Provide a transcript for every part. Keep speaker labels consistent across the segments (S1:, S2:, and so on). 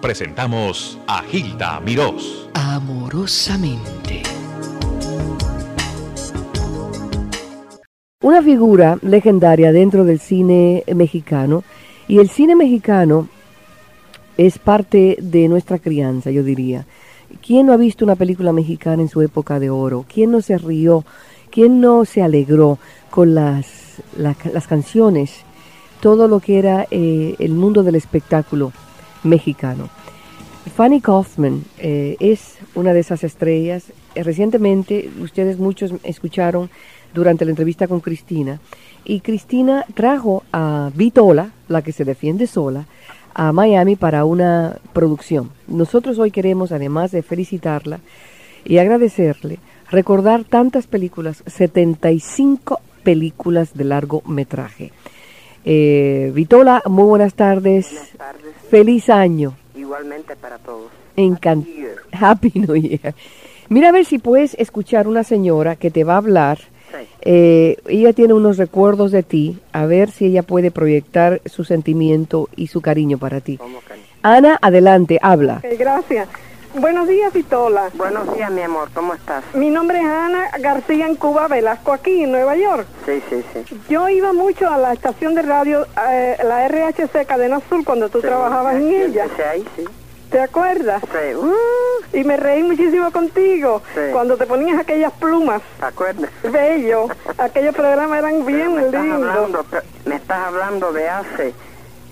S1: presentamos a Gilda Mirós.
S2: amorosamente.
S3: Una figura legendaria dentro del cine mexicano. Y el cine mexicano es parte de nuestra crianza, yo diría. ¿Quién no ha visto una película mexicana en su época de oro? ¿Quién no se rió? ¿Quién no se alegró con las, la- las canciones? Todo lo que era eh, el mundo del espectáculo mexicano. Fanny Kaufman eh, es una de esas estrellas. Eh, Recientemente, ustedes muchos escucharon durante la entrevista con Cristina, y Cristina trajo a Vitola, la que se defiende sola, a Miami para una producción. Nosotros hoy queremos, además de felicitarla y agradecerle, recordar tantas películas, 75 películas de largometraje. Eh, Vitola, muy buenas tardes.
S4: Buenas tardes,
S3: Feliz año.
S4: igualmente para todos.
S3: Encantado.
S4: Happy
S3: Happy
S4: Year.
S3: New Year. Mira a ver si puedes escuchar una señora que te va a hablar.
S4: Sí.
S3: Eh, ella tiene unos recuerdos de ti. A ver si ella puede proyectar su sentimiento y su cariño para ti.
S4: ¿Cómo que no?
S3: Ana, adelante, habla.
S5: Ok, gracias. Buenos días, Vitola.
S4: Buenos días, mi amor, ¿cómo estás?
S5: Mi nombre es Ana García en Cuba Velasco, aquí en Nueva York.
S4: Sí, sí, sí.
S5: Yo iba mucho a la estación de radio, eh, la RHC Cadena Azul, cuando tú trabajabas en
S4: Sí,
S5: ella.
S4: empecé ahí, sí.
S5: ¿Te acuerdas?
S4: Sí, uh,
S5: Y me reí muchísimo contigo
S4: Sí.
S5: cuando te ponías aquellas plumas.
S4: ¿te acuerdas?
S5: Bello. Aquellos programas eran
S4: Pero me
S5: bien
S4: estás
S5: lindos.
S4: Hablando, pe- me estás hablando de hace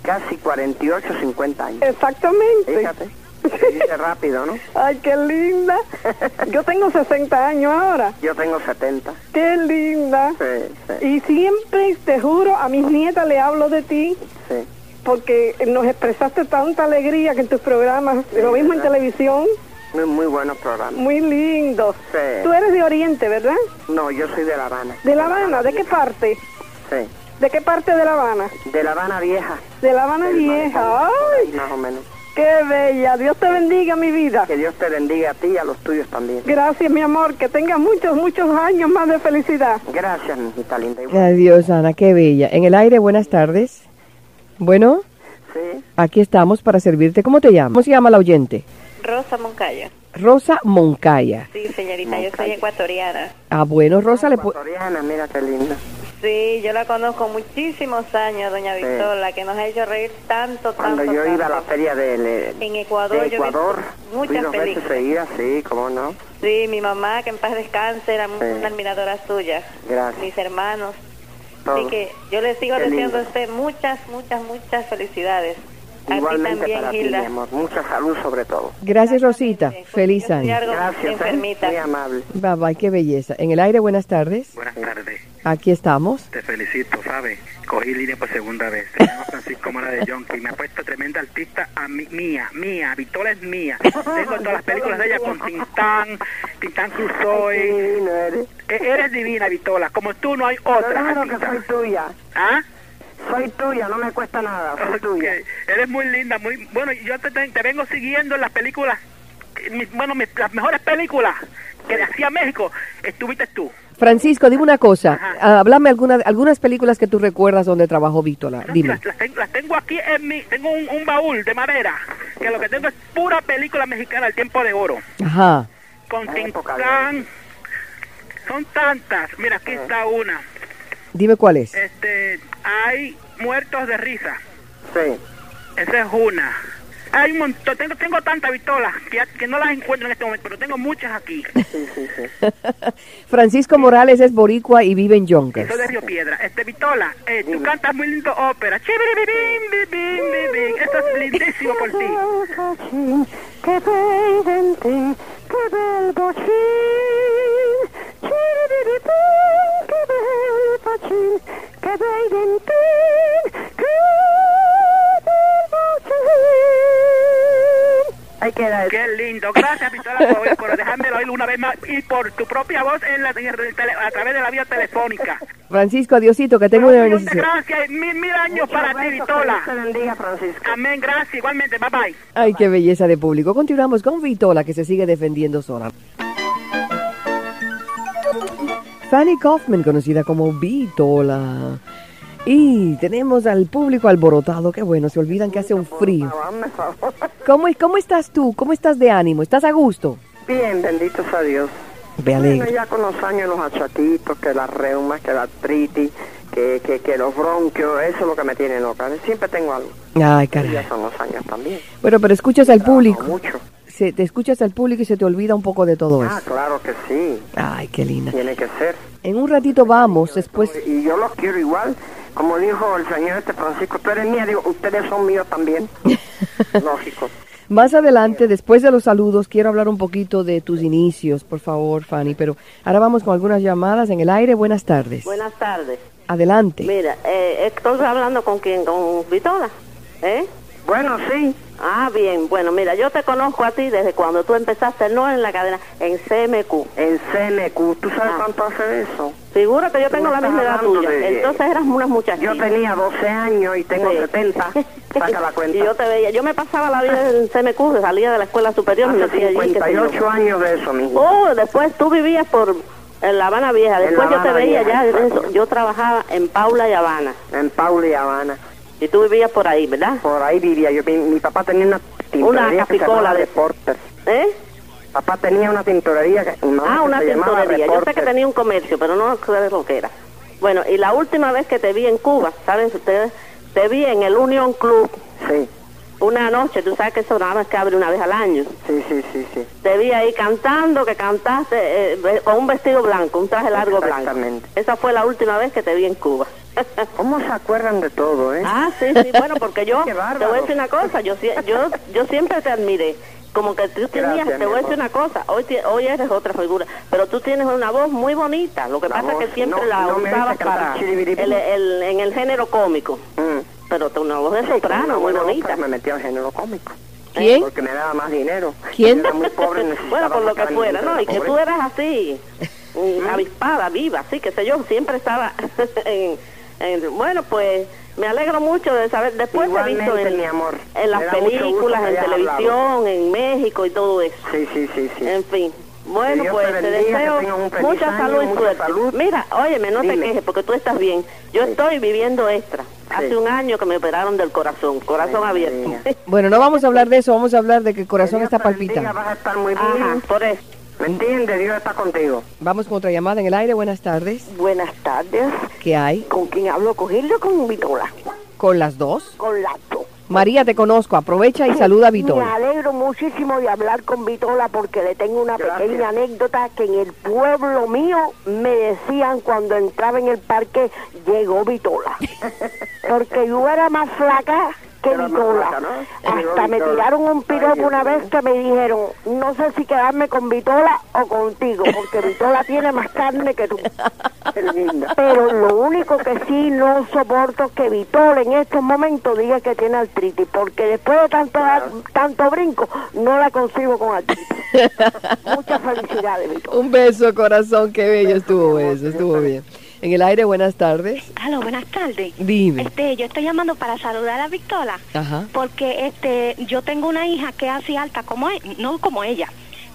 S4: casi 48, 50
S5: Eh,
S4: años.
S5: Exactamente.
S4: Fíjate, se dice rápido, ¿no?
S5: Ay, qué linda. Yo tengo 60 años ahora.
S4: Yo tengo 70.
S5: Qué linda.
S4: Sí, sí,
S5: Y siempre, te juro, a mis nietas le hablo de ti
S4: sí.
S5: porque nos expresaste tanta alegría que en tus programas, lo mismo en
S4: ¿verdad?
S5: televisión,
S4: Muy, muy buenos programas.
S5: muy lindos.
S4: Sí.
S5: Tú eres de Oriente, ¿verdad?
S4: No, yo soy de La Habana.
S5: ¿De La Habana? ¿De qué parte?
S4: Sí,
S5: ¿De qué parte de La Habana?
S4: de La Habana Vieja.
S5: De La Habana
S4: Del
S5: Vieja.
S4: Malecón, por ahí
S5: ¡Ay!
S4: Más o menos.
S5: ¡Qué bella! Dios te bendiga, mi vida.
S4: Que Dios te bendiga a ti y a los tuyos también.
S5: Gracias, mi amor. Que tengas muchos, muchos años más de felicidad.
S4: Gracias, mi hijita linda. Y-
S3: Adiós, Ana, qué bella. En el aire, buenas tardes. Bueno,
S4: Sí,
S3: aquí estamos para servirte. ¿Cómo te llamas? ¿Cómo se llama la oyente?
S6: Rosa Moncayo.
S3: Rosa Moncaya.
S6: Sí, señorita, yo soy
S4: Moncayo.
S6: ecuatoriana.
S3: Ah, bueno, Rosa le
S6: Pues-
S3: pu-
S4: ecuatoriana, mira qué linda.
S6: Sí, yo la conozco muchísimos años, doña
S4: Sí.
S6: Victoria, que nos ha hecho reír tanto, tanto.
S4: Cuando yo iba a la
S6: tanto.
S4: feria del, eh,
S6: En Ecuador,
S4: de
S6: yo he
S4: Ecuador
S6: visto
S4: fui
S6: muchas
S4: dos veces
S6: películas.
S4: seguidas, sí, cómo no.
S6: Sí, mi mamá, que en paz descanse, era muy-
S4: Sí.
S6: una admiradora suya.
S4: Gracias.
S6: Mis hermanos.
S4: Todo.
S6: Así que yo le sigo
S4: Qué
S6: deseando
S4: lindo.
S6: a usted muchas, muchas, muchas felicidades. a ti
S4: Igualmente
S6: también,
S4: para
S6: Gilda.
S4: ti, mi amor. Mucha salud sobre todo.
S3: Gracias, Rosita.
S6: Porque yo
S3: Feliz
S6: soy
S3: año.
S6: algo
S4: Gracias, ¿eh?
S6: enfermita.
S4: muy amable.
S3: Bye, bye, qué belleza. En el aire, buenas tardes.
S7: Buenas tardes,
S3: Aquí estamos.
S7: te felicito, ¿sabes? Cogí línea por segunda vez. Me llamo Francisco Mora de Yonki, me ha puesto tremenda artista a mí, mía, mía, Vitola es mía. Tengo todas las películas de ella con Tintán, Tintán Crusoe.
S4: Sí, no eres.
S7: E- Eres divina, Vitola, como tú no hay otra.
S4: Claro que
S7: artista.
S4: soy tuya.
S7: ¿Ah?
S4: Soy tuya, no me cuesta nada, soy tuya.
S7: Ok, Eres muy linda, muy... Bueno, yo te, te vengo siguiendo en las películas, eh, mis- bueno, mis- las mejores películas que hacía México, estuviste tú.
S3: Francisco, dime una cosa. Ah,
S7: Ajá.
S3: Háblame alguna, algunas películas que tú recuerdas donde trabajó Víctor. ah,
S7: No,
S3: Dime.
S7: Las, las ten- las tengo aquí en mi, tengo un, un baúl de madera, que lo que tengo es pura película mexicana, el tiempo de oro,
S3: Ajá.
S7: con
S4: Ah, época de
S7: Tintán, son tantas, mira aquí está una,
S3: Dime cuál es.
S7: este, hay muertos de risa,
S4: Sí.
S7: esa es una, hay un montón, tengo, tengo tantas pistolas que, ya- que no las encuentro en este momento, pero tengo muchas aquí,
S3: Francisco Morales es boricua y vive en Yonkers.
S7: soy de Río Piedra, este Vitola, eh, tú cantas muy lindo ópera, Chibiribibim, bibim, bibim. esto es lindísimo por ti.
S5: Que pega en ti, que del bochín, chiribiripín, que del bochín, que pega en ti, que del bochín.
S4: Hay que dar
S7: Qué lindo, gracias Pistola por, por dejármelo oír una vez más y por tu propia voz en la, en el tele- a través de la vía telefónica.
S3: Francisco, adiosito, que tengo una
S7: Un millón de
S3: bendición.
S7: gracias y mil, mil años para ti,
S4: Te
S7: Pistola.
S4: bendiga, Francisco.
S7: Amén, gracias, igualmente, bye bye.
S3: Ay, qué belleza de público. Continuamos con Vitola, que se sigue defendiendo sola. Fanny Kaufman, conocida como Vitola, Y tenemos al público alborotado, qué bueno, se olvidan que hace un frío.
S4: Hazme favor.
S3: ¿Cómo, ¿Cómo estás tú? ¿Cómo estás de ánimo? ¿Estás a gusto?
S4: Bien, benditos a Dios.
S3: Me
S4: Bueno,
S3: alegro.
S4: ya con los años, los achatitos, que las reumas, que la artritis, que, que, que los bronquios, eso es lo que me tiene loca. Siempre tengo algo.
S3: Ay,
S4: Y
S3: caray.
S4: ya son los años también.
S3: Bueno, pero escuchas al
S4: Trabajo
S3: público.
S4: Mucho.
S3: Se, te escuchas al público y se te olvida un poco de
S6: Pues.
S3: todo
S4: Ah,
S3: eso.
S4: claro que sí.
S3: Ay, qué linda.
S4: Tiene que ser.
S3: En un ratito vamos,
S6: Pues.
S3: después...
S4: Y yo los quiero igual. Como dijo el señor este Francisco, tú eres mía, digo, ustedes son míos también. Lógico.
S3: Más adelante, después de los saludos, quiero hablar un poquito de tus inicios, por favor, Fanny. Pero ahora vamos con algunas llamadas en el aire. Buenas tardes.
S6: Buenas tardes.
S3: Adelante.
S6: Mira, eh, estoy hablando con quién, con Vitola. ¿Eh?
S4: Bueno, sí.
S6: Ah, bien, bueno, mira, yo te conozco a ti desde cuando tú empezaste, no en la cadena, en CMQ.
S4: En CNQ, ¿tú sabes
S6: Ah.
S4: cuánto hace eso?
S6: Figura que yo tengo
S4: me
S6: la
S4: estás
S6: misma edad
S4: hablando
S6: tuya.
S4: de-
S6: Entonces eras unas muchachas.
S4: Yo tenía 12 años y tengo 70. Saca la cuenta.
S6: Y yo te veía, yo me pasaba la vida en CMQ, salía de la escuela superior y me
S4: Hace
S6: metía allí. qué sé yo.
S4: 58 años de eso, mijo.
S6: Oh, después tú vivías por en La Habana Vieja,
S4: En
S6: después
S4: La
S6: yo te
S4: Habana
S6: veía
S4: Vieja,
S6: ya, en
S4: exacto.
S6: eso. yo trabajaba en Paula y Habana,
S4: En Paula y Habana.
S6: y tú vivías por ahí, ¿verdad?
S4: Por ahí vivía yo. Mi, mi papá tenía una tintorería que se
S6: capicola
S4: llamaba
S6: de-
S4: de Porter.
S6: ¿Eh?
S4: Papá tenía una tintorería que, mi mamá
S6: Ah,
S4: que
S6: una
S4: se llamaba
S6: tintorería. Yo sé que
S4: Reporter.
S6: tenía un comercio, pero no sé lo que era. Bueno, y la última vez que te vi en Cuba, ¿saben ustedes? Te vi en el Union Club
S4: Sí,
S6: una noche, tú sabes que eso nada más que abre una vez al año.
S4: sí, sí, sí. sí.
S6: Te vi ahí cantando, que cantaste eh, ve- con un vestido blanco, un traje largo blanco.
S4: Exactamente.
S6: Esa fue la última vez que te vi en Cuba.
S4: ¿Cómo se acuerdan de todo, eh?
S6: Ah, sí, sí, bueno, porque yo
S4: Qué
S6: te
S4: bárbaro.
S6: voy a decir una cosa, yo sie- yo yo siempre te admiré. Como que tú tenías, te
S4: Gracias, mi
S6: voy a decir
S4: amor.
S6: una cosa, hoy ti- hoy eres otra figura, pero tú tienes una voz muy bonita, lo que
S4: La
S6: pasa
S4: voz,
S6: es que siempre
S4: no-
S6: la
S4: no me
S6: usabas
S4: hace cantar
S6: para
S4: chiribiribi.
S6: el, el- en el género cómico,
S4: Mm.
S6: pero tu una voz de
S4: Sí, con una
S6: soprano muy
S4: buena voz,
S6: bonita.
S4: pero Me metí al género cómico.
S3: ¿Quién?
S4: Porque me daba más dinero.
S3: ¿Quién?
S4: Yo Era muy pobre, y necesitaba
S6: bueno, por lo que
S4: sacar el
S6: fuera,
S4: dinero de
S6: ¿no?
S4: la
S6: Y que tú
S4: pobreza.
S6: eras así, mm, avispada, viva, así, que sé yo, siempre estaba en, en- Bueno, pues me alegro mucho de saber, después te he visto
S4: Igualmente,
S6: en,
S4: mi amor.
S6: en las
S4: Me da mucho gusto
S6: películas,
S4: que
S6: en
S4: hayas
S6: televisión, en México y todo eso.
S4: Sí, sí, sí, sí.
S6: En fin.
S4: Que
S6: Bueno,
S4: Dios
S6: pues
S4: te
S6: te,
S4: bendiga, que
S6: deseo
S4: tengas un feliz
S6: mucha
S4: año,
S6: salud y
S4: mucha
S6: suerte.
S4: salud.
S6: Mira, óyeme, no te
S4: Dime.
S6: quejes porque tú estás bien. Yo
S4: Sí.
S6: estoy viviendo extra. Hace un año que me operaron del corazón, corazón
S4: Ay,
S6: abierto.
S4: mía.
S3: Bueno, no vamos a hablar de eso, vamos a hablar de que el corazón
S4: Que Dios
S3: está
S4: te bendiga,
S3: palpitando.
S4: Vas a estar muy bien.
S6: Ajá, por eso.
S4: ¿Me entiendes? Dios está contigo.
S3: Vamos con otra llamada en el aire. Buenas tardes.
S8: Buenas tardes.
S3: ¿Qué hay?
S8: ¿Con quién hablo? ¿Con Hilda o con Vitola?
S3: Con las dos.
S8: Con Lato.
S3: María, te conozco. Aprovecha y saluda a
S8: Me
S3: Vitola.
S8: alegro muchísimo de hablar con Vitola porque le tengo una
S4: Gracias.
S8: pequeña anécdota que en el pueblo mío me decían cuando entraba en el parque, llegó Vitola. porque yo era más flaca que
S4: Era más
S8: Vitola.
S4: flaca, ¿no? Llegó
S8: Hasta me
S4: Vitola.
S8: tiraron un
S4: Ay,
S8: piropo
S4: Dios
S8: una
S4: mío.
S8: vez que me dijeron, no sé si quedarme con Vitola o contigo, porque Vitola tiene más carne que tú.
S4: Qué linda.
S8: Pero lo único que sí no soporto es que Vitor en estos momentos diga que tiene artritis, porque después de tanto, tanto brinco, no la consigo con artritis. Muchas felicidades, Vitor.
S3: Un beso, corazón. Qué bello estuvo eso. Estuvo bien. En el aire, buenas tardes.
S9: Aló, buenas tardes.
S3: Dime.
S9: Este, yo estoy llamando para saludar a Victola,
S3: Ajá.
S9: porque este, yo tengo una hija que es así alta como e- no como ella,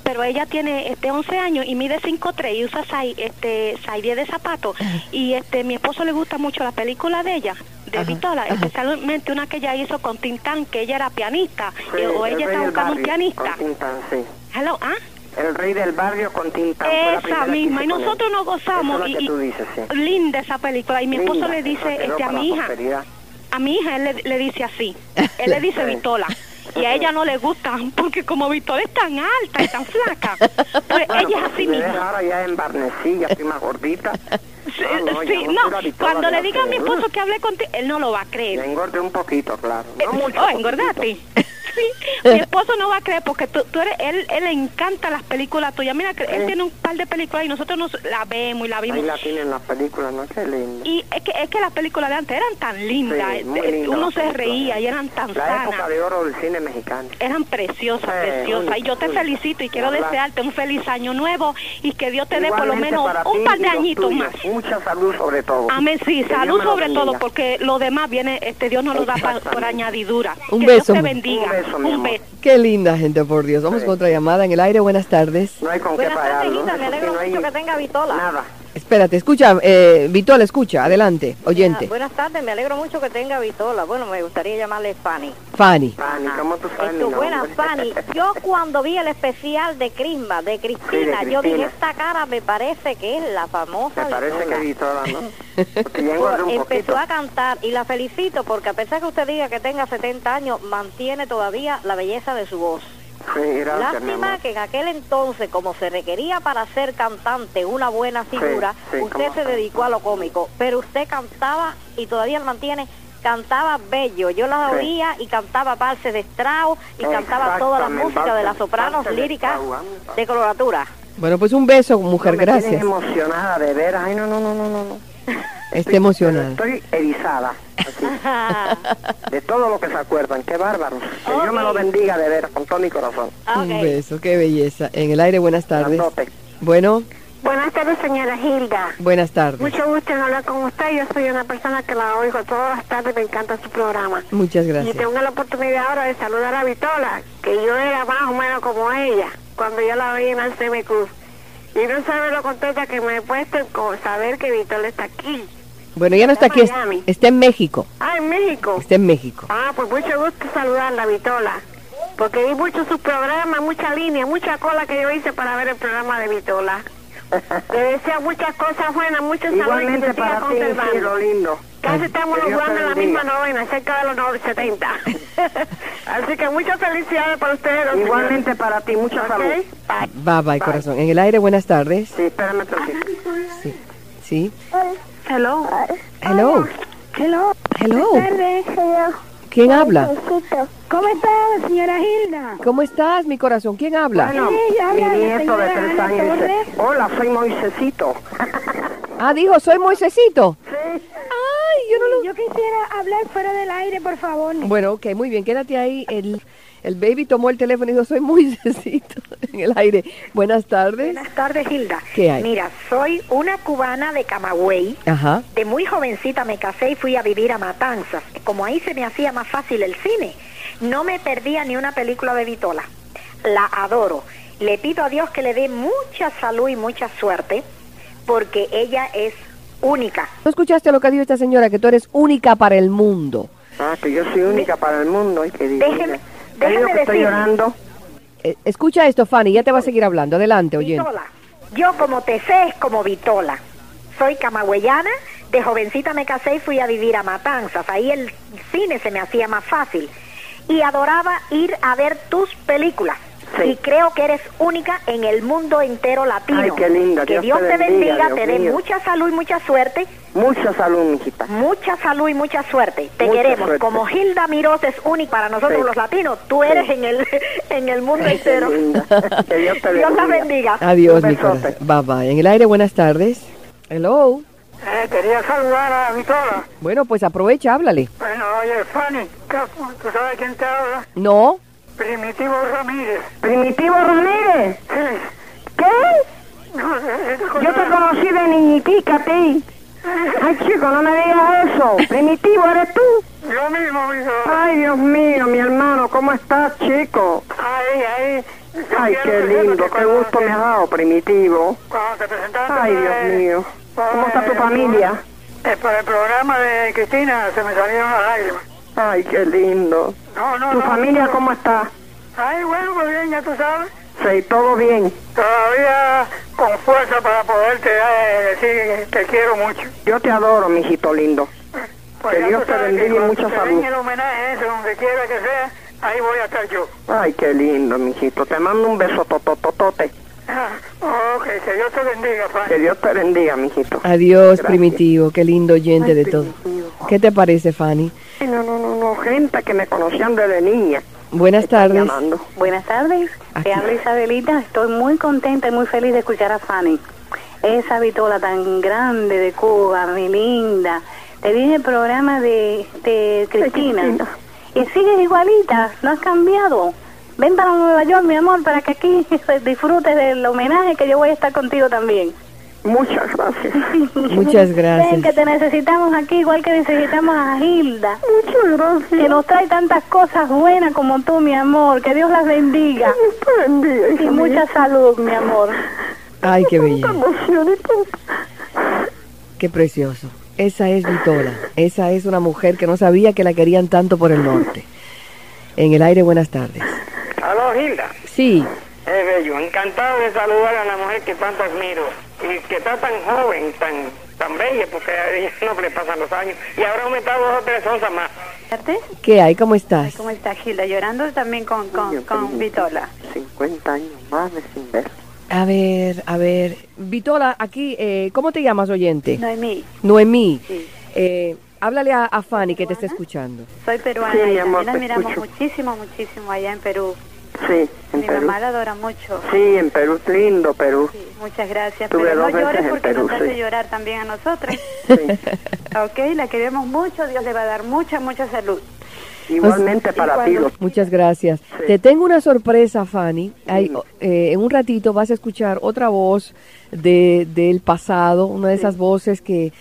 S9: pero ella tiene este 11 años y mide 5'3 y usa sai- este saidie de zapatos y este mi esposo le gusta mucho la película de ella, de
S3: Ajá,
S9: Victola,
S3: ajá.
S9: especialmente una que ella hizo con Tintán, que ella era pianista
S4: Sí,
S9: eh, o
S4: el
S9: ella
S4: rey
S9: está
S4: del
S9: buscando un
S4: barrio,
S9: pianista.
S4: Con Tintán, sí.
S9: Aló, ¿ah?
S4: El rey del barrio con Tintán. fue la primera
S9: Esa
S4: que
S9: misma,
S4: hice
S9: y
S4: con él.
S9: nosotros nos gozamos.
S4: Eso es
S9: y,
S4: lo que
S9: y-
S4: tú dices, sí.
S9: Linda esa película. Y mi esposo
S4: Linda,
S9: le
S4: eso
S9: dice
S4: quedó
S9: este, a
S4: para
S9: mi
S4: la
S9: hija,
S4: posteridad.
S9: a mi hija él le, le dice así, él le dice Vitola. Y a ella no le gusta, porque como Vitola es tan alta y tan flaca, pues
S4: Bueno,
S9: ella es
S4: pero
S9: así
S4: si me dejas
S9: misma.
S4: ahora ya embarnecida, estoy más gordita.
S9: Sí,
S4: No, no, ya
S9: Eh, sí,
S4: no
S9: no,
S4: pura Vitola,
S9: cuando le
S4: ya
S9: diga a mi
S4: sé.
S9: esposo que hablé contigo, él no lo va a
S4: Ya
S9: creer.
S4: Mm, engorde un poquito, claro. No
S9: Eh,
S4: mucho.
S9: oh,
S4: poquitito.
S9: engordaste. Sí, mi esposo no va a creer porque tú, tú eres, él, él le encanta las películas tuyas. Mira, que él
S4: Sí.
S9: tiene un par de películas y nosotros nos la vemos y la vimos.
S4: Ahí la tienen las películas, ¿no? Qué linda.
S9: Y es que, es que las películas de antes eran tan
S4: Sí,
S9: lindas,
S4: muy
S9: eh,
S4: linda
S9: uno
S4: la
S9: se
S4: película.
S9: reía y eran tan
S4: La época
S9: sanas,
S4: de oro del cine mexicano.
S9: eran preciosas,
S4: Eh,
S9: preciosas. Y yo te
S4: uy,
S9: felicito y quiero
S4: habla.
S9: desearte un feliz año nuevo y que Dios te dé por lo
S4: Igualmente
S9: menos
S4: para
S9: un
S4: ti
S9: par
S4: y
S9: de
S4: los
S9: añitos
S4: tuyos.
S9: más.
S4: Mucha salud sobre todo.
S9: Amén, sí,
S4: Que Dios
S9: salud
S4: me lo
S9: sobre todo,
S4: bendiga.
S9: porque lo demás viene, este Dios nos lo da pa- por
S4: Exactamente.
S9: añadidura.
S3: Un
S9: que
S3: beso,
S9: Dios te
S3: mi-
S9: bendiga.
S4: Un beso, mi amor.
S3: Qué linda gente, por Dios. Vamos
S4: Sí.
S3: con otra llamada en el aire. Buenas tardes.
S4: No hay con qué
S10: Buenas tardes,
S4: pagarlo.
S10: Hilda,
S4: Eso
S10: me
S4: sí,
S10: alegro
S4: no hay
S10: mucho que tenga Vitola.
S4: Nada.
S3: Espérate, escucha, eh, Vitola, escucha, adelante, oyente.
S10: Ah, buenas tardes, me alegro mucho que tenga Vitola. Bueno, me gustaría llamarle Fanny.
S3: Fanny.
S4: Fanny, ¿cómo tú sabes mi
S10: Tu buena
S4: nombre?
S10: Ah. Fanny. Yo cuando vi el especial de Crisma, de Cristina, yo dije,
S4: Cristina.
S10: esta cara me parece que es la famosa
S4: Me parece
S10: Vitola".
S4: que Vitola, ¿no? Porque ya engordé un
S10: Empezó
S4: poquito.
S10: a cantar y la felicito porque a pesar que usted diga que tenga 70 años, mantiene todavía la belleza de su voz.
S4: Sí, gracias, mi
S10: Lástima
S4: amor.
S10: que en aquel entonces, como se requería para ser cantante una buena figura,
S4: sí,
S10: usted
S4: cómo
S10: se
S4: no.
S10: dedicó a lo cómico, pero usted cantaba y todavía lo mantiene, cantaba bello. Yo la
S4: Sí.
S10: oía y cantaba valses de Strauss y cantaba toda la
S4: Exactamente,
S10: música de las
S4: valses-
S10: sopranos
S4: valses de
S10: líricas
S4: Strauss, anda.
S10: de coloratura.
S3: Bueno, pues un beso, mujer,
S4: Me tienes
S3: gracias.
S4: emocionada, de veras. Ay, no, no, no, no, no, no.
S3: Está emocionada.
S4: Estoy erizada. así,
S10: Ah,
S4: de todo lo que se acuerdan. Qué bárbaro. Que Dios me lo
S10: Ok.
S4: bendiga, de veras, con todo mi corazón.
S10: Ah,
S3: Un
S10: ok.
S3: beso, qué belleza. En el aire, buenas tardes.
S8: pues.
S4: Grandote.
S3: Bueno,
S6: Buenas tardes, señora Hilda.
S3: buenas tardes.
S6: Mucho gusto en hablar con usted. Yo soy una persona que la oigo todas las tardes. Me encanta su programa.
S3: Muchas
S6: Y
S3: gracias.
S6: tengo la oportunidad ahora de saludar a Vitola, que yo era más o menos como ella, cuando yo la veía en el CM Cruz. Y no sabe lo contenta que me he puesto con saber que Vitola está aquí.
S3: Bueno, ya no está aquí, es-
S6: Miami.
S3: está en México.
S6: Ah, en México.
S3: Está en México.
S6: Ah, pues mucho gusto saludarla, Vitola. Porque vi mucho sus programas, mucha línea, mucha cola que yo hice para ver el programa de Vitola. Le deseo muchas cosas buenas, mucha salud y que
S4: Igualmente
S6: se siga
S4: para ti, sí, lo
S6: conservando.
S4: lindo.
S6: Casi estamos
S4: Que Dios te
S6: jugando en la
S4: bendiga.
S6: misma novena, cerca de los no- 70. Así que muchas felicidades para ustedes. dos
S4: Igualmente para ti, mucha
S6: señores.
S4: salud.
S6: Ok,
S3: Bye,
S6: bye.
S3: bye, corazón. En el aire, buenas tardes.
S4: Sí, espérame tantito.
S3: Sí. Sí.
S6: Hello.
S3: Hello.
S11: Hello.
S3: Hello.
S11: Buenas tardes, señor.
S3: ¿Quién habla?
S11: Josito. ¿Cómo está, señora Hilda?
S3: ¿Cómo estás, mi corazón? ¿Quién habla?
S4: Bueno,
S11: Sí, ya
S4: mi
S11: habla la
S4: nieto de
S11: señora
S4: tres
S11: Ana
S4: años dice,
S11: Torres.
S4: hola, soy Moisecito.
S3: Ah, dijo, soy Moisecito.
S4: Sí.
S3: Ay, yo no lo...
S11: Yo quisiera hablar fuera del aire, por favor.
S3: Bueno, ok, muy bien, quédate ahí. El, el baby tomó el teléfono y dijo, soy Moisecito en el aire. Buenas tardes.
S11: Buenas tardes, Hilda.
S3: ¿Qué hay?
S11: Mira, soy una cubana de Camagüey.
S3: Ajá.
S11: De muy jovencita me casé y fui a vivir a Matanzas. Como ahí se me hacía más fácil el cine, no me perdía ni una película de Vitola. La adoro. Le pido a Dios que le dé mucha salud y mucha suerte, porque ella es única.
S3: ¿No escuchaste lo que dijo esta señora? Que tú eres única para el mundo.
S4: Ah, que yo soy única para el mundo. Ay, que
S11: Déjeme- déjeme
S4: que estoy
S11: decirle.
S4: llorando.
S3: Eh, escucha esto, Fanny, ya te va a seguir hablando. Adelante, oyente.
S11: Vitola. Yo como te sé es como Vitola. Soy camagüeyana, de jovencita me casé y fui a vivir a Matanzas. Ahí el cine se me hacía más fácil. Y adoraba ir a ver tus películas.
S4: Sí.
S11: Y creo que eres única en el mundo entero latino.
S4: Ay, qué linda.
S11: Que
S4: Dios
S11: Dios,
S4: te
S11: te
S4: bendiga,
S11: bendiga,
S4: Dios
S11: te dé
S4: mío.
S11: mucha salud y mucha suerte.
S4: Mucha salud, mijita.
S11: Mucha salud y mucha suerte. Te
S4: Mucha
S11: queremos.
S4: suerte.
S11: Como Gilda Miroz es única para nosotros
S4: Sí.
S11: los latinos, tú eres en el en el mundo
S4: Qué
S11: entero.
S4: linda. Que Dios te
S11: Dios la
S4: bendiga.
S11: bendiga.
S3: Adiós,
S4: Un
S3: mi corazón.
S4: besote.
S3: Bye, bye. En el aire, buenas tardes. Hello.
S7: quería saludar a Vitola.
S3: Bueno, pues aprovecha, háblale.
S7: Bueno, oye, Fanny, ¿tú sabes quién te habla?
S3: No.
S7: Primitivo Ramírez.
S4: Primitivo Ramírez. ¿Qué? Yo te conocí de niñitica, a ti. Ay, chico, no me digas eso. Primitivo, ¿eres tú?
S7: Yo mismo, Vitola.
S4: Ay, Dios mío, mi hermano, ¿cómo estás, chico?
S7: Ahí, ahí.
S4: Ay, qué lindo, qué gusto me ha dado, Primitivo.
S7: Cuando te presentaste...
S4: Ay, Dios mío. ¿Cómo está tu familia?
S7: Eh, para el programa de Cristina se me salieron las lágrimas.
S4: Ay, qué lindo.
S7: No, no,
S4: ¿Tu
S7: no.
S4: familia cómo está?
S7: Ay, bueno, pues bien, ya tú sabes.
S4: Sí, todo bien.
S7: Todavía con fuerza para poderte eh, decir que te quiero mucho.
S4: Yo te adoro, mijito lindo.
S7: Pues
S4: Que
S7: ya
S4: Dios
S7: tú
S4: te
S7: sabes
S4: bendiga y
S7: cuando
S4: mucha
S7: te
S4: salud.
S7: den el homenaje ese, donde quiera que sea, ahí voy a estar yo.
S4: Ay, qué lindo, mijito. Te mando un beso totototote.
S7: Ah, ok, que Dios te bendiga, Fran.
S4: Que Dios te bendiga, mijito.
S3: Adiós,
S4: Gracias.
S3: primitivo. Qué lindo oyente
S4: Ay,
S3: de todo.
S4: Primitivo.
S3: ¿Qué te parece, Fanny?
S4: Ay, No, no, no, no. Gente que me conocían desde niña.
S3: Buenas
S4: Están
S3: tardes.
S4: llamando.
S8: Buenas tardes,
S3: Aquí.
S8: te habla Isabelita, estoy muy contenta y muy feliz de escuchar a Fanny. Esa vitola tan grande de Cuba, mi linda. Te vi en el programa de, de Cristina.
S4: Cristina.
S8: Y sigues igualita, no has cambiado. Ven para Nueva York, mi amor, para que aquí disfrutes del homenaje que yo voy a estar contigo también.
S4: Muchas gracias.
S3: Muchas
S8: Ven que
S3: gracias.
S8: te necesitamos aquí igual que necesitamos a Gilda,
S4: Muchas gracias.
S8: que nos trae tantas cosas buenas como tú, mi amor. Que Dios las bendiga.
S4: Dios te bendiga,
S8: Y
S4: hija mía.
S8: mucha salud, mi amor.
S3: Ay, qué belleza.
S4: Tanta emoción y tanta-
S3: Qué precioso. Esa es Vitola. Esa es una mujer que no sabía que la querían tanto por el norte. En el aire, buenas tardes.
S4: Aló, Gilda.
S3: Sí,
S4: Es bello. Encantado de saludar a la mujer que tanto admiro y que está tan joven, tan tan bella, porque a ella no le pasan los años. Y habrá aumentado dos o tres onzas más.
S3: ¿qué hay? ¿Cómo estás?
S12: ¿Cómo está Gilda? Llorando también con, con, con Vitola.
S13: 50 años más de sin ver.
S3: A ver, a ver. Vitola, aquí, eh, ¿cómo te llamas, oyente?
S12: Noemí,
S3: Noemí.
S12: Sí.
S3: Eh, háblale a, a Fanny que te está escuchando.
S12: soy peruana
S3: Sí,
S12: y
S3: mi amor,
S12: también la
S3: te
S12: miramos
S3: escucho.
S12: muchísimo, muchísimo allá en Perú.
S13: Sí, en
S12: Mi
S13: Perú.
S12: mamá la adora mucho.
S13: Sí, en Perú es lindo, Perú.
S12: Muchas gracias.
S13: Estuve
S12: Pero no
S13: dos veces
S12: llores
S13: en
S12: porque
S13: Perú,
S12: nos hace
S13: sí.
S12: llorar también a nosotros. ok, la queremos mucho. Dios le va a dar mucha, mucha salud.
S13: Igualmente para ti, los-
S3: Muchas gracias. Te tengo una sorpresa, Fanny. Hay, eh, en un ratito vas a escuchar otra voz de, del pasado, una de esas voces que... eh,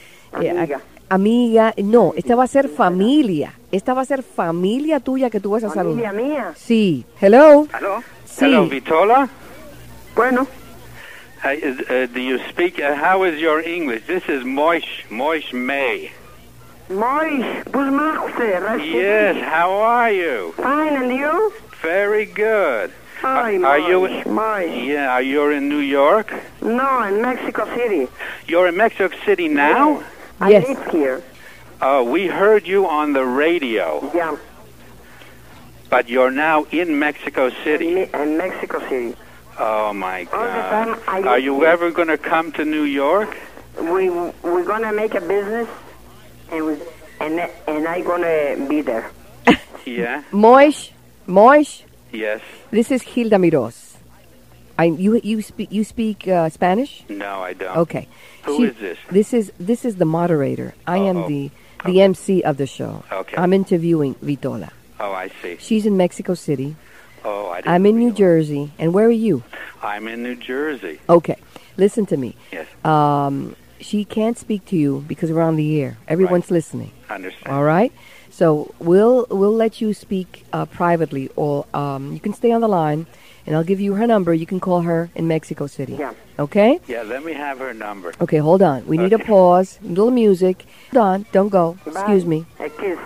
S3: a-
S13: Amiga.
S3: amiga, no, esta va a ser familia. Esta va a ser familia tuya que tú vas a saludar.
S13: mía.
S3: Sí, hello.
S14: Hello.
S3: Sí.
S14: Hello, Vitola.
S13: Bueno.
S14: I, uh, do you speak? Uh, how is your English? This is Moish Moish May.
S4: Mois, pues Marce,
S14: Yes. How are you?
S4: Fine, and you?
S14: Very good.
S4: Hi,
S14: Ah, Are you?
S4: Moish, Moish.
S14: Yeah. Are you in New York?
S4: No, in Mexico City.
S14: You're in Mexico City now.
S4: I
S14: Yes.
S4: live here.
S14: Uh, we heard you on the radio,
S4: Yeah,
S14: but you're now in Mexico City.
S4: in Mexico City.
S14: Oh my
S4: time
S14: God.
S4: I
S14: Are you
S4: listen.
S14: ever going to come to New York?
S4: We we're gonna make a business, and we and and I gonna be there.
S14: Yeah.
S3: Moish, Moish,
S14: Yes.
S3: this is Hilda Miros. I, you, you speak, you speak uh, Spanish?
S14: No, I don't.
S3: Okay.
S14: Who
S3: She-
S14: is this?
S3: This is this is the moderator. I am
S14: Uh-oh.
S3: the the MC of the show.
S14: Okay.
S3: I'm interviewing Vitola.
S14: Oh, I see.
S3: She's in Mexico City.
S14: Oh, I didn't
S3: I'm in New Jersey. And where are you?
S14: I'm in New Jersey.
S3: Okay. Listen to me.
S14: Yes.
S3: Um, she can't speak to you because we're on the air. Everyone's listening.
S14: Understand.
S3: All right. So we'll we'll let you speak uh, privately, or um, you can stay on the line, and I'll give you her number. You can call her in Mexico City.
S14: Yeah.
S3: Okay.
S14: Yeah, let me have her number.
S3: Okay, hold on. We need a pause. A little music. Hold on. Don't go. Excuse me.
S4: A kiss.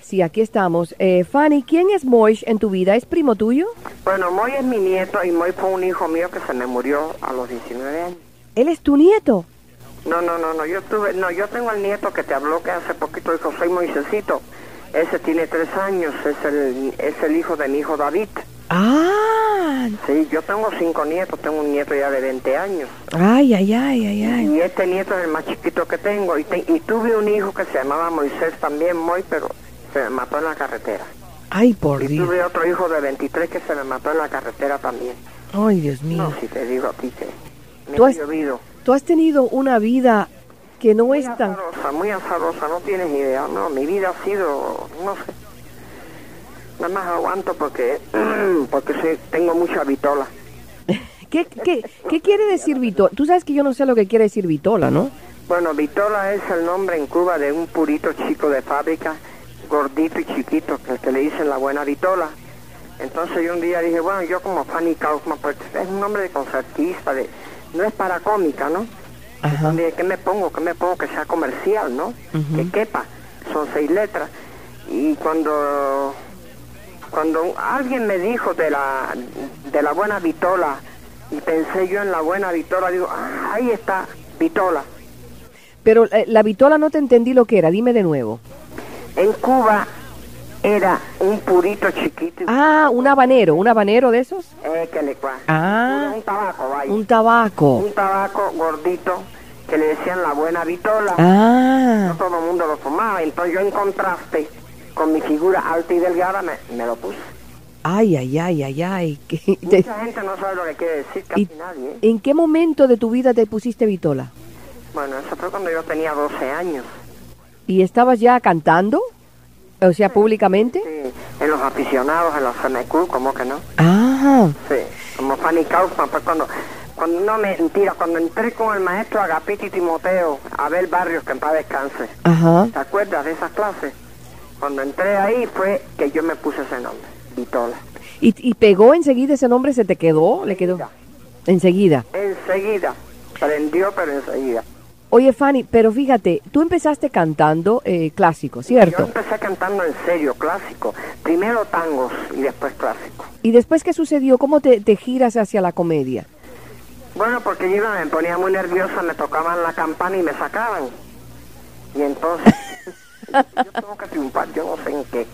S3: Sí, aquí estamos. Eh, Fanny, ¿quién es Moish en tu vida? ¿Es primo tuyo?
S4: Bueno, Moy es mi nieto y Moy fue un hijo mío que se me murió a los 19 años.
S3: Él es tu nieto.
S4: No, no, no, no, yo tuve, no, yo tengo al nieto que te habló que hace poquito dijo, soy Moisecito. Ese tiene tres años, es el, es el hijo de mi hijo David.
S3: Ah.
S4: Sí, yo tengo cinco nietos, tengo un nieto ya de 20 años.
S3: Ay, ay, ay, ay, ay.
S4: Y este nieto es el más chiquito que tengo. Y, te- y tuve un hijo que se llamaba Moisés también, Moy, pero se me mató en la carretera.
S3: Ay, por
S4: Y
S3: Dios.
S4: tuve otro hijo de 23 que se me mató en la carretera también.
S3: Ay, Dios mío.
S4: No, si te digo a ti que me
S3: Tú
S4: ha
S3: has-
S4: llovido.
S3: Tú has tenido una vida que no es tan...
S4: azarosa, muy azarosa, no tienes idea. No, mi vida ha sido, no sé. Nada más aguanto porque porque sí, tengo mucha vitola.
S3: ¿Qué, qué, qué quiere decir Vitola? Tú sabes que yo no sé lo que quiere decir Vitola, ¿no?
S4: Bueno, vitola es el nombre en Cuba de un purito chico de fábrica, gordito y chiquito, que, que le dicen la buena vitola. Entonces yo un día dije, bueno, yo como Fanny Kaufman, pues es un nombre de concertista, de, no es para cómica, ¿no?
S3: Ajá.
S4: Dije, ¿Qué me pongo? ¿Qué me pongo? Que sea comercial, ¿no? que quepa, son seis letras. Y cuando cuando alguien me dijo de la de la buena vitola y pensé yo en la buena vitola, digo, ah, ahí está vitola.
S3: Pero eh, la Vitola no te entendí lo que era. Dime de nuevo.
S4: En Cuba era un purito chiquito
S3: Ah, un habanero. ¿Un habanero de esos?
S4: eh, que le cua-
S3: Ah.
S4: un- un tabaco, vaya.
S3: Un tabaco.
S4: Un tabaco gordito que le decían la buena vitola.
S3: Ah.
S4: No todo el mundo lo fumaba, entonces yo en contraste con mi figura alta y delgada me, me lo puse.
S3: Ay, ay, ay, ay, ay. ¿Qué- te-
S4: Mucha gente no sabe lo que quiere decir, casi
S3: y-
S4: nadie. ¿eh?
S3: ¿En qué momento de tu vida te pusiste Vitola?
S4: Bueno, eso fue cuando yo tenía 12 años,
S3: ¿Y estabas ya cantando? O sea, públicamente.
S4: en los aficionados, en los FMQ, como que no.
S3: Ah.
S4: Sí. como Fanny Kaufman, pues cuando, cuando no mentira, cuando entré con el maestro Agapiti Timoteo, Abel Barrios, que en paz descanse,
S3: Ajá.
S4: ¿te acuerdas de esas clases? Cuando entré ahí fue que yo me puse ese nombre, Vitola.
S3: Y, y pegó enseguida ese nombre, se te quedó, le quedó. Enseguida.
S4: Enseguida, prendió pero enseguida.
S3: Oye, Fanny, pero fíjate, tú empezaste cantando eh, clásico, ¿cierto?
S4: Yo empecé cantando en serio, clásico. Primero tangos y después clásico.
S3: Y después, ¿qué sucedió? ¿Cómo te, te giras hacia la comedia?
S4: Bueno, porque yo me ponía muy nerviosa, me tocaban la campana y me sacaban. Y entonces, yo tengo que triunfar, yo no sé en qué.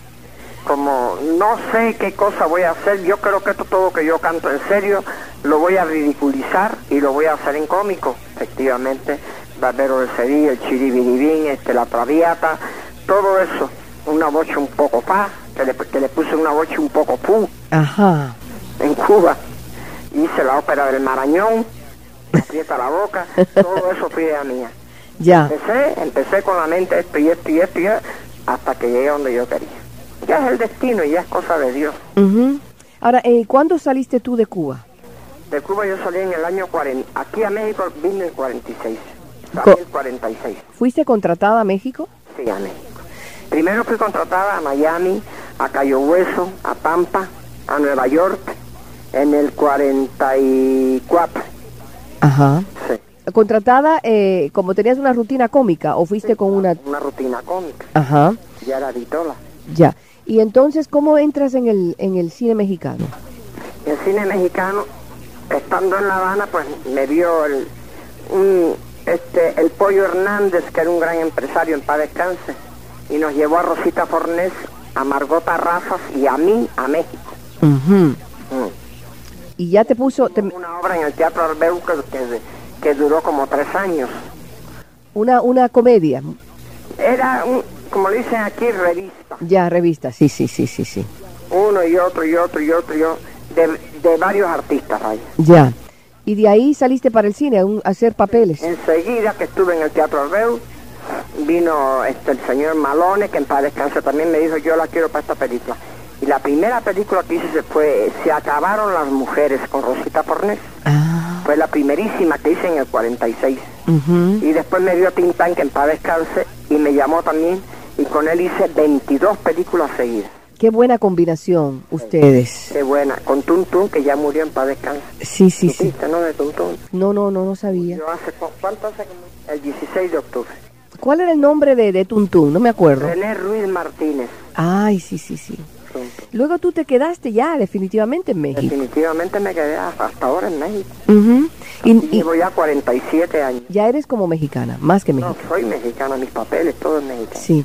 S4: Como no sé qué cosa voy a hacer, yo creo que esto todo que yo canto en serio lo voy a ridiculizar y lo voy a hacer en cómico. Efectivamente, Barbero de Sevilla, el Chiribiribín, este, la Traviata, todo eso. Una bocha un poco pa, que le, que le puse una bocha un poco pu
S3: Ajá.
S4: en Cuba. Hice la ópera del Marañón, aprieta la boca, todo eso fue idea mía.
S3: Ya.
S4: Empecé, empecé con la mente esto y esto y esto y esto, hasta que llegué a donde yo quería. Ya es el destino y ya es cosa de Dios.
S3: Ujú. Ahora, eh, ¿cuándo saliste tú de Cuba?
S4: De Cuba yo salí en el año 40, aquí a México vine en el 46, salí en el 46,
S3: ¿Fuiste contratada a México?
S4: sí, a México. Primero fui contratada a Miami, a Cayo Hueso, a Pampa, a Nueva York, en el 44.
S3: Ajá.
S4: Sí.
S3: ¿Contratada eh, como tenías una rutina cómica o fuiste con una...
S4: Este, Una rutina cómica,
S3: Ajá,
S4: ya era vitola.
S3: ya. Y entonces, ¿cómo entras en el, en el cine mexicano?
S4: Y el cine mexicano, estando en La Habana, pues me vio el, un- este, el Pollo Hernández, que era un gran empresario en paz descanse, y nos llevó a Rosita Fornés, a Margot Terrazas y a mí a México.
S3: Mm. Y ya te puso te-
S4: Una obra en el Teatro Arbeu que, que- que duró como tres años.
S3: una, una comedia.
S4: Era, un, como le dicen aquí, revista.
S3: Ya, revista, sí, sí, sí, sí, sí.
S4: Uno y otro y otro y otro y otro, de, de varios artistas, vaya.
S3: Ya. Y de ahí saliste para el cine a, un- a hacer papeles.
S4: Enseguida que estuve en el Teatro Arbeu, vino este, el señor Malone, que en paz descanse también me dijo, yo la quiero para esta película. Y la primera película que hice se fue eh, Se acabaron las mujeres con Rosita Pornés.
S3: Ah,
S4: Fue la primerísima que hice en el 46. Y después me dio Tintán, que en paz descanse, y me llamó también, y con él hice 22 películas seguidas.
S3: Qué buena combinación ustedes.
S4: Qué buena. Con Tuntún, que ya murió en paz descanse.
S3: Sí, sí, sí.
S4: ¿Supiste, no? De Tuntún.
S3: No, no, no, no sabía.
S4: Yo hace, cu- ¿Cuánto hace? que murió? El 16 de octubre.
S3: ¿Cuál era el nombre de, de Tuntún? No me acuerdo.
S4: René Ruiz Martínez.
S3: Ay, sí, sí, sí. Luego tú te quedaste ya definitivamente en México.
S4: Definitivamente me quedé hasta hasta ahora en México.
S3: Ujú. Y, y
S4: Llevo ya 47 años.
S3: ya eres como mexicana, más que
S4: No,
S3: mexicana.
S4: soy mexicana, mis papeles, todo es mexicano.
S3: Sí.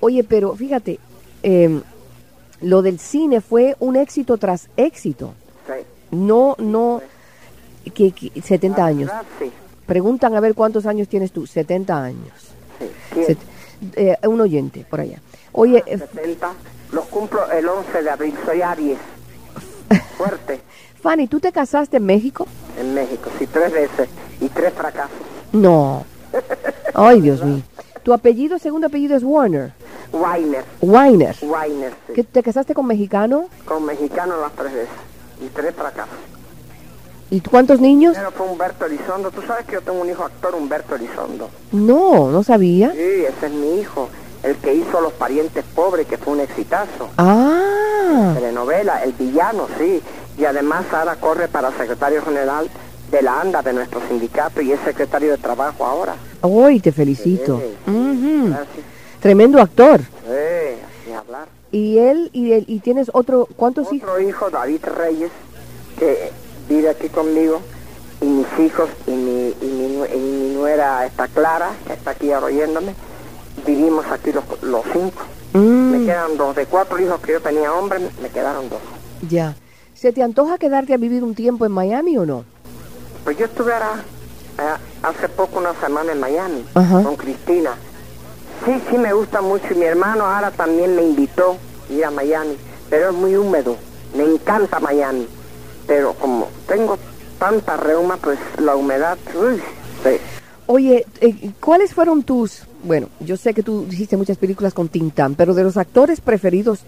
S3: Oye, pero fíjate, eh, lo del cine fue un éxito tras éxito.
S4: Sí.
S3: No, no, que, que- 70 años.
S4: Ah, sí,
S3: Preguntan a ver cuántos años tienes tú. 70 años.
S4: sí. ¿Quién?
S3: Set- eh, un oyente por allá. Oye, eh,
S4: 70. Los cumplo el 11 de abril, soy Aries. Fuerte
S3: Fanny, ¿tú te casaste en México?
S4: en México, sí, tres veces y tres fracasos.
S3: No. Ay, Dios mío. Tu apellido, segundo apellido es Warner.
S4: Weiner,
S3: Weiner.
S4: Weiner, sí.
S3: ¿Que ¿Te casaste con mexicano?
S4: Con mexicanos las tres veces y tres fracasos.
S3: ¿Y tú cuántos niños?
S4: Primero fue Humberto Elizondo. Tú sabes que yo tengo un hijo actor, Humberto Elizondo.
S3: No, no sabía.
S4: Sí, ese es mi hijo, el que hizo Los Parientes Pobres, que fue un exitazo.
S3: Ah,
S4: telenovela, El Villano, sí. Y además ahora corre para secretario general de la ANDA, de nuestro sindicato, y es secretario de Trabajo ahora.
S3: hoy te felicito.
S4: Sí,
S3: Ujú.
S4: Gracias.
S3: Tremendo actor.
S4: Sí, así hablar.
S3: Y él, y él- y tienes otro, ¿cuántos hijos?
S4: Otro hijo, David Reyes, que vive aquí conmigo, y mis hijos, y mi, y mi, nue- y mi nuera está Clara, que está aquí ahora oyéndome. Vivimos aquí los, los cinco.
S3: Mm,
S4: Me quedan dos. De cuatro hijos que yo tenía hombre, me quedaron dos.
S3: Ya. ¿Se te antoja quedarte a vivir un tiempo en Miami o no?
S4: Pues yo estuve ahora, ah, hace poco una semana en Miami
S3: Ajá.
S4: con Cristina. Sí, sí me gusta mucho y mi hermano ahora también me invitó a ir a Miami, pero es muy húmedo. Me encanta Miami, pero como tengo tanta reuma, pues la humedad, uy, sí.
S3: Oye, eh, ¿cuáles fueron tus? Bueno, yo sé que tú hiciste muchas películas con Tintán, pero de los actores preferidos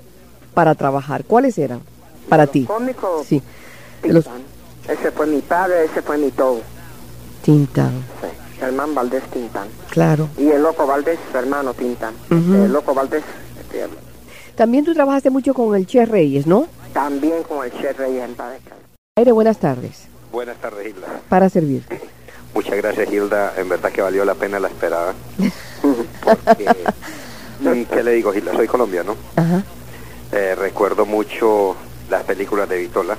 S3: para trabajar, ¿cuáles eran para ti?
S4: ¿Cómico? pues,
S3: Sí. De los,
S4: Ese fue mi padre, ese fue mi todo.
S3: Tintán.
S4: Germán Valdés Tintán.
S3: Claro.
S4: Y el loco Valdés, su hermano Tintán.
S3: Ujú.
S4: El loco Valdés, este,
S3: También tú trabajaste mucho con el Che Reyes, ¿no?
S4: también con el Che Reyes en paz descanse.
S3: Aire, buenas tardes.
S1: Buenas tardes, Hilda.
S3: Para servirte.
S1: Muchas gracias, Hilda. En verdad que valió la pena la esperada. Porque, mm, ¿qué le digo, Hilda? Soy colombiano.
S3: Ajá.
S1: Eh, recuerdo mucho las películas de Vitola.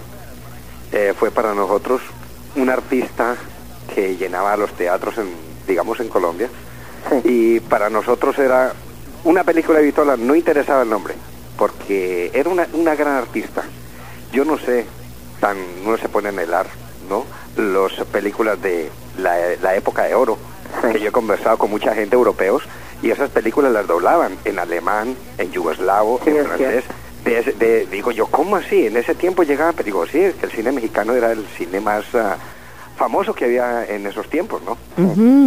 S1: Eh, fue para nosotros un artista que llenaba los teatros, en, digamos, en Colombia. Y para nosotros era una película de Vitola, no interesaba el nombre, porque era una, una gran artista. Yo no sé, tan uno se pone en el ar, ¿no? Las películas de la, la época de oro, que yo he conversado con mucha gente europeos, y esas películas las doblaban en alemán, en yugoslavo,
S4: Sí,
S1: en
S4: es
S1: francés. De ese- de- digo yo, ¿cómo así? En ese tiempo llegaban, pero digo, sí, es que el cine mexicano era el cine más ah, famoso que había en esos tiempos, ¿no?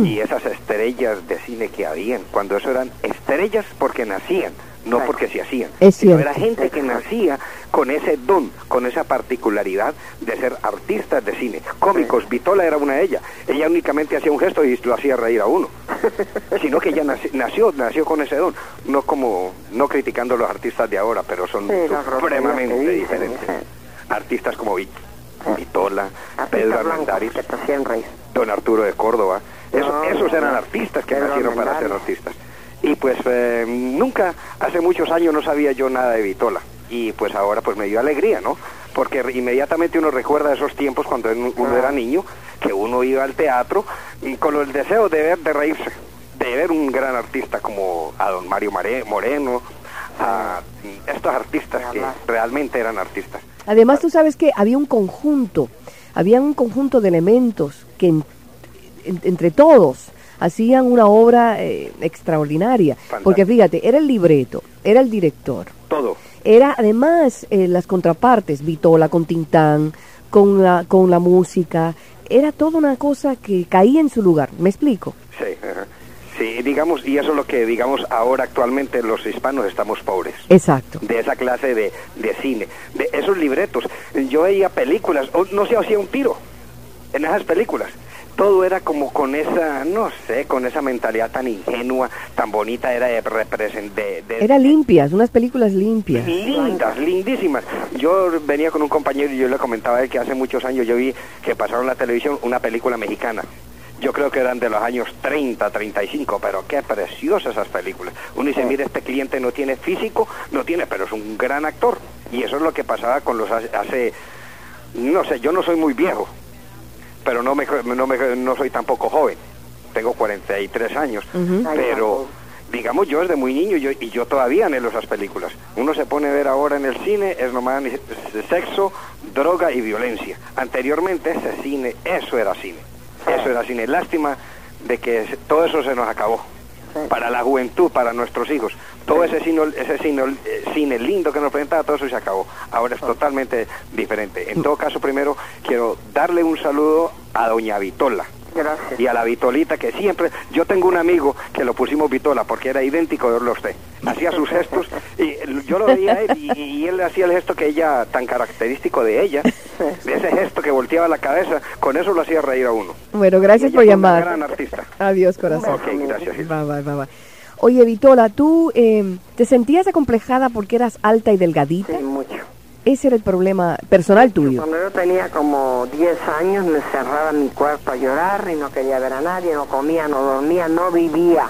S1: Y esas estrellas de cine que habían, cuando eso eran estrellas porque nacían, no porque se hacían.
S3: Es
S1: Sino
S3: cierto.
S1: Era gente que nacía con ese don, con esa particularidad de ser artistas de cine. Cómicos, Vitola era una de ellas. Ella únicamente hacía un gesto y lo hacía reír a uno. Sino que ella naci- nació, nació con ese don. No como, no criticando a los artistas de ahora, pero son
S4: Sí, la
S1: supremamente
S4: grosería que dicen,
S1: diferentes. Artistas como Vit-
S4: eh,
S1: Vitola, Pedro Armendáriz, Don Arturo de Córdoba. Esos-
S4: No,
S1: esos
S4: no,
S1: eran
S4: no.
S1: artistas que
S4: Pedro
S1: nacieron para ser
S4: Armendáriz.
S1: artistas. Y pues eh, nunca, hace muchos años no sabía yo nada de Vitola. Y pues ahora pues me dio alegría, ¿no? Porque re- inmediatamente uno recuerda esos tiempos cuando en- uno era niño, que uno iba al teatro y con el deseo de ver, de reírse, de ver un gran artista como a don Mario Mare- Moreno, a mm, estos artistas que realmente eran artistas.
S3: Además, tú sabes que había un conjunto, había un conjunto de elementos que en- en- entre todos hacían una obra eh, extraordinaria. Porque fíjate, era el libreto, era el director,
S1: Todo.
S3: era además eh, las contrapartes, Vitola con Tintán, con la, con la música, era toda una cosa que caía en su lugar, ¿me explico?
S1: Sí, ajá. sí, digamos, y eso es lo que, digamos, ahora actualmente los hispanos estamos pobres.
S3: Exacto.
S1: de esa clase de, de cine, de esos libretos. Yo veía películas, o no se hacía un tiro en esas películas. Todo era como con esa, no sé, con esa mentalidad tan ingenua, tan bonita, era de represen- de- de-
S3: Era limpias, unas películas limpias.
S1: lindas, lindísimas. Yo venía con un compañero y yo le comentaba de que hace muchos años yo vi que pasaron en la televisión una película mexicana. Yo creo que eran de los años 30, 35, pero qué preciosas esas películas. Uno dice, mira, este cliente no tiene físico, no tiene, pero es un gran actor. Y eso es lo que pasaba con los hace, hace- no sé, yo no soy muy viejo, pero no, me, no, me- no soy tampoco joven. Tengo 43 años,
S4: Ujú. Ay,
S1: pero digamos yo desde muy niño yo, y yo todavía anhelo esas películas. Uno se pone a ver ahora en el cine, es nomás ni- sexo, droga y violencia. Anteriormente ese cine, eso era cine, eso era cine. Lástima de que se- todo eso se nos acabó. Para la juventud, para nuestros hijos. Todo ese, cine, ese cine, eh, cine lindo que nos presentaba, todo eso se acabó. Ahora es totalmente diferente. En todo caso, primero quiero darle un saludo a doña Vitola
S4: Gracias.
S1: y a la vitolita que siempre yo tengo un amigo que lo pusimos vitola porque era idéntico de usted hacía sus gestos y eh, yo lo veía a él y, y él hacía el gesto que ella tan característico de ella de ese gesto que volteaba la cabeza con eso lo hacía reír a uno
S3: Bueno, gracias por
S1: Ella fue una
S3: llamar.
S1: gran artista
S3: Adiós, corazón.
S1: Ok, gracias, Hilda.
S3: Bye, bye, bye, bye. Oye, Vitola, ¿tú eh, te sentías acomplejada porque eras alta y delgadita?
S4: mucho.
S3: Ese era el problema personal tuyo.
S4: Cuando yo tenía como 10 años me cerraba en mi cuarto a llorar y no quería ver a nadie, no comía, no dormía, no vivía.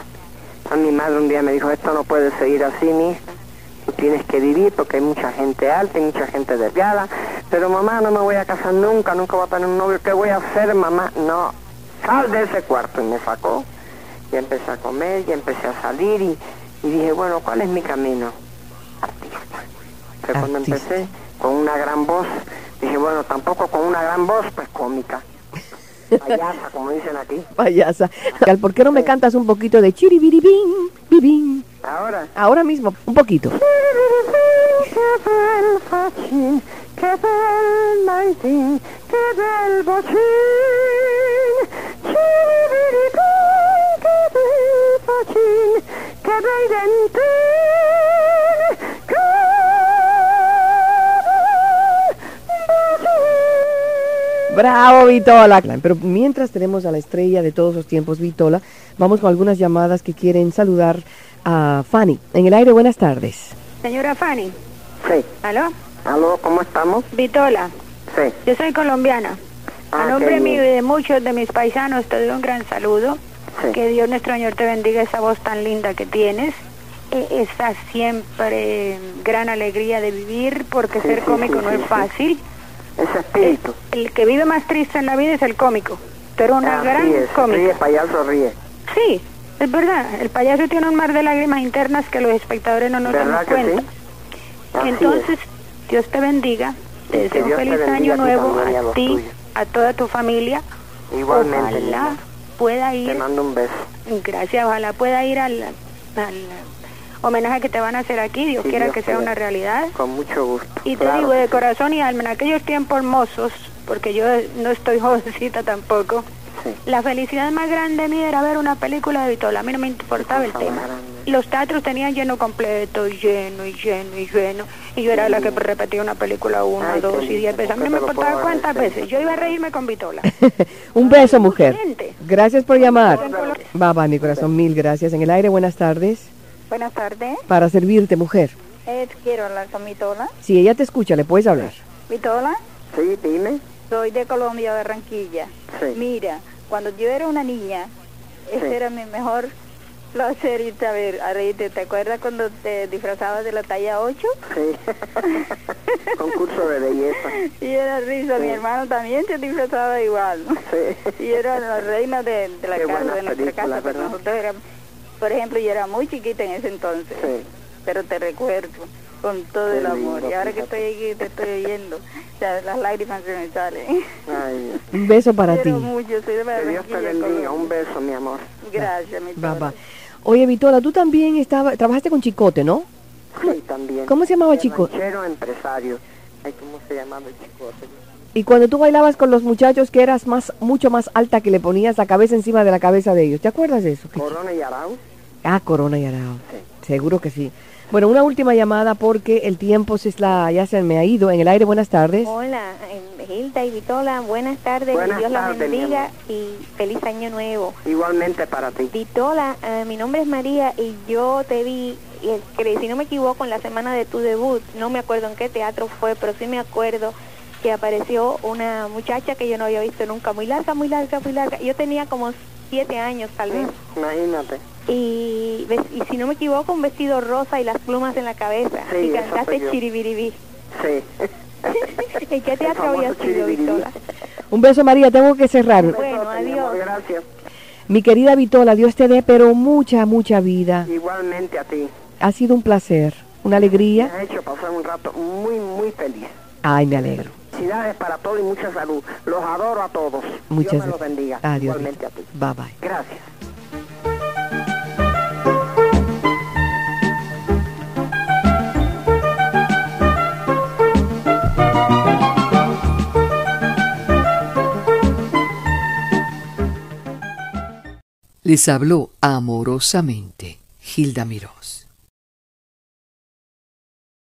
S4: Entonces mi madre un día me dijo, esto no puede seguir así, mi hija. Tú tienes que vivir porque hay mucha gente alta, hay mucha gente delgada. Pero mamá, no me voy a casar nunca, nunca voy a tener un novio. ¿Qué voy a hacer, mamá? No, sal de ese cuarto. Y me sacó. Y empecé a comer, y empecé a salir. Y, y dije, bueno, ¿cuál es mi camino? Artista. Fue cuando empecé con una gran voz. Dije, bueno, tampoco con una gran voz, pues cómica. Payasa, como dicen aquí.
S3: Payasa. ¿Por qué no me cantas un poquito de chiribiribín, bibín?
S4: Ahora.
S3: Ahora mismo, un poquito.
S5: Qué bel fachín, qué bel maitín, qué bel bochín. Chiribiribín, qué bel fachín, qué bel dentín, qué bel bochín.
S3: Bravo, Vitola. Pero mientras tenemos a la estrella de todos los tiempos, Vitola, vamos con algunas llamadas que quieren saludar a Fanny. En el aire, buenas tardes.
S15: Señora Fanny.
S4: Sí.
S15: ¿Aló?
S4: Aló, ¿cómo estamos?
S15: Vitola.
S4: Sí.
S15: Yo soy colombiana.
S4: Ah,
S15: a
S4: qué
S15: nombre
S4: bien.
S15: mío y de muchos de mis paisanos te doy un gran saludo.
S4: Sí.
S15: Que Dios nuestro Señor te bendiga esa voz tan linda que tienes. E- Esa siempre gran alegría de vivir porque ser cómico no es fácil.
S4: Ese espíritu.
S15: El que vive más triste en la vida es el cómico. Tú eres una
S4: Así
S15: gran
S4: es,
S15: cómica.
S4: Ríe, payaso, ríe.
S15: Sí, es verdad. El payaso tiene un mar de lágrimas internas que los espectadores no nos damos
S4: ¿Verdad que
S15: cuenta.
S4: sí? Así
S15: Entonces, Dios te bendiga. Te
S4: Que
S15: deseo un
S4: Dios te
S15: feliz
S4: bendiga
S15: año
S4: a ti
S15: nuevo
S4: también y a
S15: a
S4: los
S15: ti,
S4: tuyos.
S15: a toda tu familia.
S4: Igualmente, mi
S15: Ojalá
S4: amor.
S15: pueda
S4: Te
S15: ir,
S4: mando un beso.
S15: gracias, ojalá pueda ir al, al homenaje que te van a hacer aquí. Dios
S4: Sí,
S15: quiera
S4: Dios
S15: que sea
S4: quiera.
S15: una realidad.
S4: Con mucho gusto.
S15: ¿Eh? Y te
S4: Claro.
S15: digo de corazón y alma, en aquellos tiempos hermosos, porque yo no estoy jovencita tampoco, la felicidad más grande mía era ver una película de Vitola. A mí no me importaba el tema. Los teatros tenían lleno completo, lleno y lleno y lleno. Y yo era la que repetía una película una,
S4: Ay, qué
S15: dos y
S4: lindo,
S15: diez veces. A mí no
S4: porque
S15: me
S4: te lo
S15: importaba
S4: puedo
S15: cuántas
S4: agradecer.
S15: veces. Yo iba a reírme con Vitola.
S3: Un beso, mujer. Gracias por llamar. Va, va, mi corazón, mil gracias. En el aire, buenas tardes.
S6: Buenas tardes.
S3: Para servirte, mujer.
S6: Eh, quiero hablar con Vitola.
S3: Si ella te escucha, le puedes hablar.
S6: Vitola,
S4: Sí, dime.
S6: soy de Colombia, Barranquilla.
S4: Sí.
S6: Mira, cuando yo era una niña, ese era mi mejor placer irte a ver, a reírte. ¿Te acuerdas cuando te disfrazabas de la talla 8?
S4: Sí. Concurso de belleza.
S6: Y era risa, mi hermano también se disfrazaba igual. Y era la reina de, de la
S4: Qué
S6: casa,
S4: buenas
S6: de nuestra
S4: películas,
S6: casa. pero
S4: ¿verdad?
S6: nosotros éramos- por ejemplo, yo era muy chiquita en ese entonces, pero te recuerdo con todo
S4: Qué
S6: el amor.
S4: lindo,
S6: y ahora que estoy
S4: fíjate.
S6: aquí, te estoy oyendo, o sea, las lágrimas se me salen.
S4: Ay,
S3: Un beso para ti.
S6: Quiero mucho, soy de
S4: que Dios te
S6: Barranquilla,
S4: bendiga.
S6: Colombia.
S4: Un beso, mi amor.
S6: Gracias, mi
S3: Va, va. Oye, Vitola, tú también estaba, trabajaste con Chicote, ¿no?
S4: Sí, también.
S3: ¿Cómo se llamaba,
S4: De
S3: chico?
S4: ranchero empresario. Ay, ¿cómo se llamaba el chico?
S3: Y cuando tú bailabas con los muchachos que eras más, mucho más alta que le ponías la cabeza encima de la cabeza de ellos. ¿Te acuerdas de eso? Que-
S4: Corona y Arau.
S3: Ah, Corona y Arao. Seguro que sí. Bueno, una última llamada porque el tiempo se es la, ya se me ha ido. En el aire, buenas tardes.
S9: Hola, eh, Hilda y Vitola, buenas tardes,
S4: Buenas
S9: Dios las
S4: tardes, mi
S9: bendiga
S4: amor.
S9: y feliz año nuevo.
S4: Igualmente para ti.
S9: Vitola, eh, mi nombre es María y yo te vi, y el- cre- si no me equivoco, en la semana de tu debut, no me acuerdo en qué teatro fue, pero sí me acuerdo que apareció una muchacha que yo no había visto nunca, muy larga, muy larga, muy larga. Yo tenía como siete años tal vez.
S4: ¿Eh? Ah. Imagínate.
S9: Y, ves- y si no me equivoco, un vestido rosa y las plumas en la cabeza.
S4: Sí,
S9: y
S4: esa
S9: cantaste
S4: soy yo.
S9: Chiribiribí.
S4: Sí.
S9: ¿En qué teatro
S4: famoso
S9: había sido, Vitola?
S3: Un beso, María. Tengo que cerrar.
S9: Bueno, adiós.
S4: Gracias.
S3: Mi querida Vitola, Dios te dé, pero mucha, mucha vida.
S4: Igualmente a ti.
S3: Ha sido un placer, una
S4: Me
S3: alegría.
S4: has hecho pasar un rato muy, muy feliz.
S3: Ay, me alegro.
S4: Felicidades para todos y mucha salud. Los adoro a todos.
S3: Muchas
S4: Dios me
S3: gracias.
S4: los bendiga.
S3: Adiós.
S4: Igualmente a ti.
S3: Vitola. Bye, bye.
S4: Gracias.
S16: Les habló amorosamente Gilda Mirós.